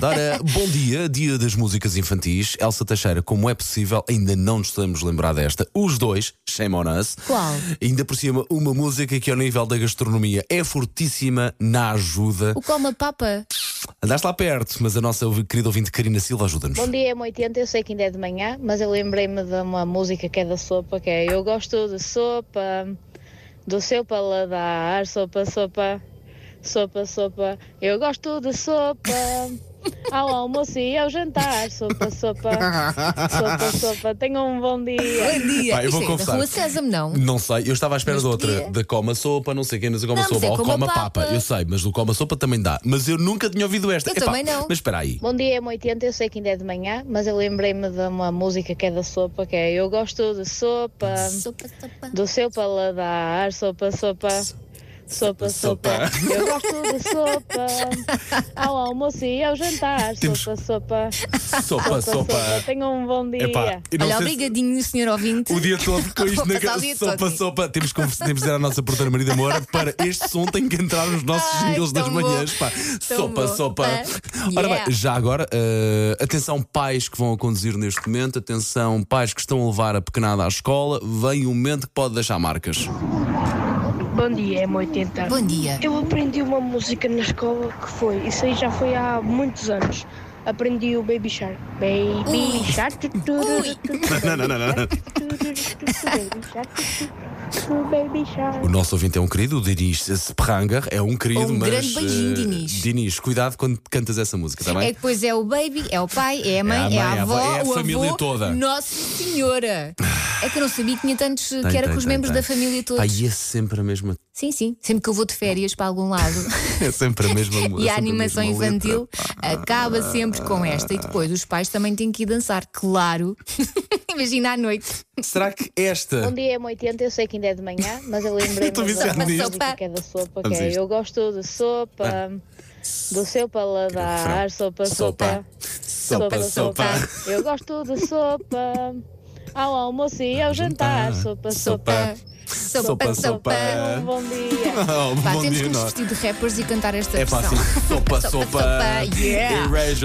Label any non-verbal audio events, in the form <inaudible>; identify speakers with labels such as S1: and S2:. S1: Dora, bom dia, dia das músicas infantis. Elsa Teixeira, como é possível, ainda não nos estamos lembrar desta. Os dois, shame on us.
S2: Qual?
S1: Ainda por cima, uma música que, ao nível da gastronomia, é fortíssima na ajuda.
S2: O Coma Papa?
S1: Andaste lá perto, mas a nossa querida ouvinte Karina Silva ajuda-nos.
S3: Bom dia, M80. Eu sei que ainda é de manhã, mas eu lembrei-me de uma música que é da sopa, que é Eu gosto de sopa, do seu paladar, sopa, sopa, sopa, sopa. Eu gosto de sopa, ao almoço e ao jantar, sopa, sopa, sopa, sopa. Tenham um bom dia.
S2: Bom dia.
S1: Pá, eu vou
S2: Isto é da
S1: confessar.
S2: Rua Sésamo, não?
S1: Não sei, eu estava à espera
S2: Mas
S1: de outra,
S2: podia.
S1: da coma sopa, não sei quem, não sei coma
S2: Não, mas
S1: sopa,
S2: é
S1: ou
S2: coma
S1: coma
S2: papa.
S1: papa. eu sei, mas do coma sopa também dá. Mas eu nunca tinha ouvido esta.
S2: Eu também não.
S1: Mas espera
S2: <laughs>
S1: aí.
S3: Bom dia, M80. Eu sei que ainda é de manhã, mas eu lembrei-me de uma música que é da sopa, que é Eu gosto de sopa,
S2: Sopa, sopa.
S3: do seu paladar, sopa, sopa. Sopa, sopa. Eu gosto de sopa. Ao almoço e ao jantar.
S1: Temos-
S3: Sopa, sopa.
S1: Sopa, sopa.
S3: Tenham um bom dia.
S1: Epá, eu não
S2: Olha,
S1: sei se-
S2: obrigadinho, senhor ouvinte.
S1: O dia todo com isto
S2: Vou
S1: na
S2: <laughs> passar o
S1: cabeça.
S2: dia
S1: Sopa,
S2: todo.
S1: sopa. Temos que temos que dizer à nossa produtora Marida Moura para este som tem que entrar nos nossos
S2: Ai,
S1: jingles das
S2: tão
S1: manhãs.
S2: bom.
S1: Pá.
S2: Tão
S1: Sopa,
S2: bom.
S1: sopa.
S2: Pá.
S1: Ora
S2: Yeah.
S1: bem, já agora, eh, atenção, pais que vão a conduzir neste momento, atenção, pais que estão a levar a pequenada à escola, vem um momento que pode deixar marcas.
S4: Bom dia, M80.
S2: Bom dia.
S4: Eu aprendi uma música na escola que foi, isso aí já foi há muitos anos. Aprendi o Baby Shark. Baby
S2: Ui.
S4: Shark.
S2: Ui.
S1: Não, não, não, não, não.
S4: Baby Shark. Baby Shark.
S1: O nosso ouvinte é um querido, o Dinis Sperranger, é um querido,
S2: Um
S1: mas.
S2: grande beijinho,
S1: eh,
S2: Dinis.
S1: Dinis, cuidado quando cantas essa música, está
S2: É
S1: Tá bem?
S2: que depois é o baby, é o pai, é a mãe, é a,
S1: mãe, é a
S2: avó,
S1: avó, é a
S2: o
S1: família
S2: avô,
S1: toda.
S2: Nossa
S1: <sighs>
S2: Senhora! É que eu não sabia que tinha tantos, que era com os membros da família toda.
S1: Aí é sempre a mesma.
S2: Sim, sim. Sempre que eu vou de férias para algum
S1: <laughs>
S2: lado
S1: É sempre a mesma música.
S2: e a animação infantil acaba sempre com esta. E depois os pais também têm que ir dançar, claro. <laughs> Imagina à noite.
S1: Será que
S3: Bom
S1: esta.
S3: Um dia, M80. Eu sei que ainda é de manhã, mas eu lembrei-me
S1: Estou
S3: de
S1: viciado
S3: uma
S1: nisto.
S3: música que é da sopa, que
S1: Vamos a
S3: é
S1: isto. Ah.
S3: Eu gosto de sopa. Do seu paladar. Sopa, sopa.
S1: Sopa, sopa.
S3: Eu gosto de sopa. Ao almoço e ao jantar. Sopa, sopa.
S2: Ah,
S1: Sopa. Sopa, sopa.
S3: Tenham um bom dia.
S1: <laughs> Oh,
S2: Pá,
S1: bom
S2: temos
S1: dia,
S2: que nos
S1: nós.
S2: vestir de rappers e cantar esta
S1: É
S2: versão.
S1: fácil. Sopa,
S2: <laughs> Sopa,
S1: sopa.
S2: sopa, yeah.
S1: Erasure.